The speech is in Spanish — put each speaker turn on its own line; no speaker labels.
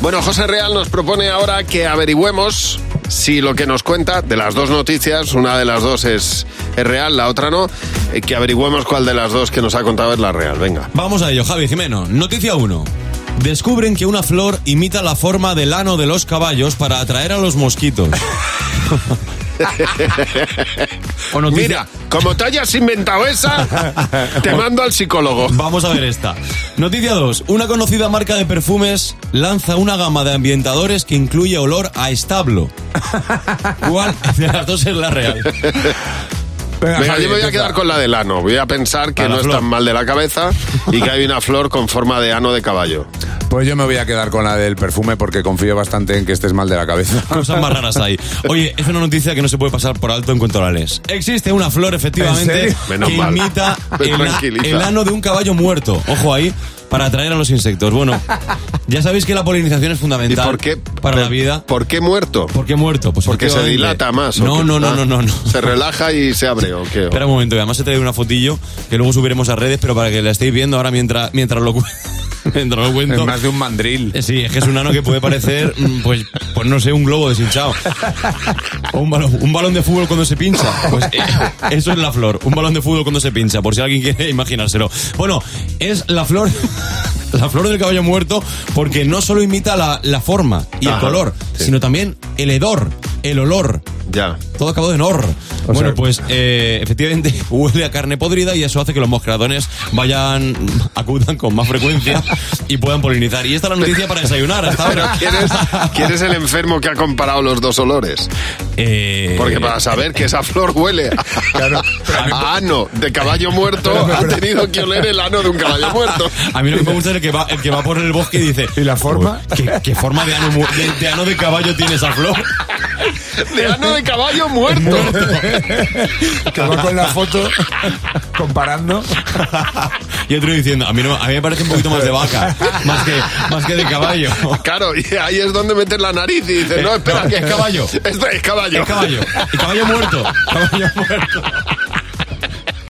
Bueno, José Real nos propone ahora que averigüemos si lo que nos cuenta de las dos noticias, una de las dos es, es real, la otra no, eh, que averigüemos cuál de las dos que nos ha contado es la real. Venga.
Vamos a ello, Javi Jimeno. Noticia 1. Descubren que una flor imita la forma del ano de los caballos para atraer a los mosquitos.
Mira, como te hayas inventado esa, te mando al psicólogo.
Vamos a ver esta. Noticia 2. Una conocida marca de perfumes lanza una gama de ambientadores que incluye olor a establo. ¿Cuál de las dos es la real?
Venga, yo me voy a quedar con la del ano. Voy a pensar que
A la
no es
flor.
tan mal de la cabeza y que hay una flor con forma de ano de caballo.
Pues yo me voy a quedar con la del perfume porque confío bastante en que estés mal de la cabeza.
Cosas más raras hay. Oye, es una noticia que no se puede pasar por alto en cuanto a la lees. Existe una flor, efectivamente,
serio?
Menos
que
mal.
imita
Me
el, a-
tranquiliza.
el ano de un caballo muerto. Ojo ahí, para atraer a los insectos. Bueno, ya sabéis que la polinización es
¿Y
fundamental
por qué?
para
pero-
la vida.
¿Por qué muerto?
¿Por qué muerto? Pues
Porque se
efectivamente-
dilata más. ¿o
No,
qué?
no,
Ah,
no, no, no, no.
Se relaja y se abre, ¿o qué?
Espera un momento, que además he traído una fotillo que luego subiremos a redes, pero para que la estéis viendo ahora mientras, mientras, lo, cu- mientras lo
Es
cuento.
más de un mandril.
Eh, Sí, es que es un ano que puede parecer, mm, pues, pues no sé, un globo deshinchado. O un balón, un balón de fútbol cuando se pincha. Pues eh, eso es la flor, un balón de fútbol cuando se pincha, por si alguien quiere imaginárselo. Bueno, es la flor, la flor del caballo muerto, porque no solo imita la, la forma y el
Ajá,
color,
sí.
sino también el hedor, el olor.
Ya.
Todo acabado en or.
O
bueno,
sea-
pues eh, efectivamente huele a carne podrida y eso hace que los moscardones vayan, acudan con más frecuencia y puedan polinizar. Y esta es la noticia para desayunar hasta
Pero
ahora.
¿quién es, quién es el enfermo que ha comparado los dos olores?
Eh,
Porque para saber que esa flor huele a, a ano de caballo muerto, ha tenido que oler el ano de un caballo muerto.
A mí lo que me gusta es el que va, el que va por el bosque y dice...
¿Y la forma?
"Joder, ¿Qué, qué forma de ano, mu- de, de ano de caballo tiene esa flor?
De ano de caballo muerto.
Que va con la foto comparando.
Y otro diciendo, a mí, no- a mí me parece un poquito más de vaca, más que, más que de caballo.
Claro, y ahí es donde metes la nariz y dices, no, espera,
no, es caballo.
Es, es caballo.
Es caballo. Y caballo muerto. Caballo muerto.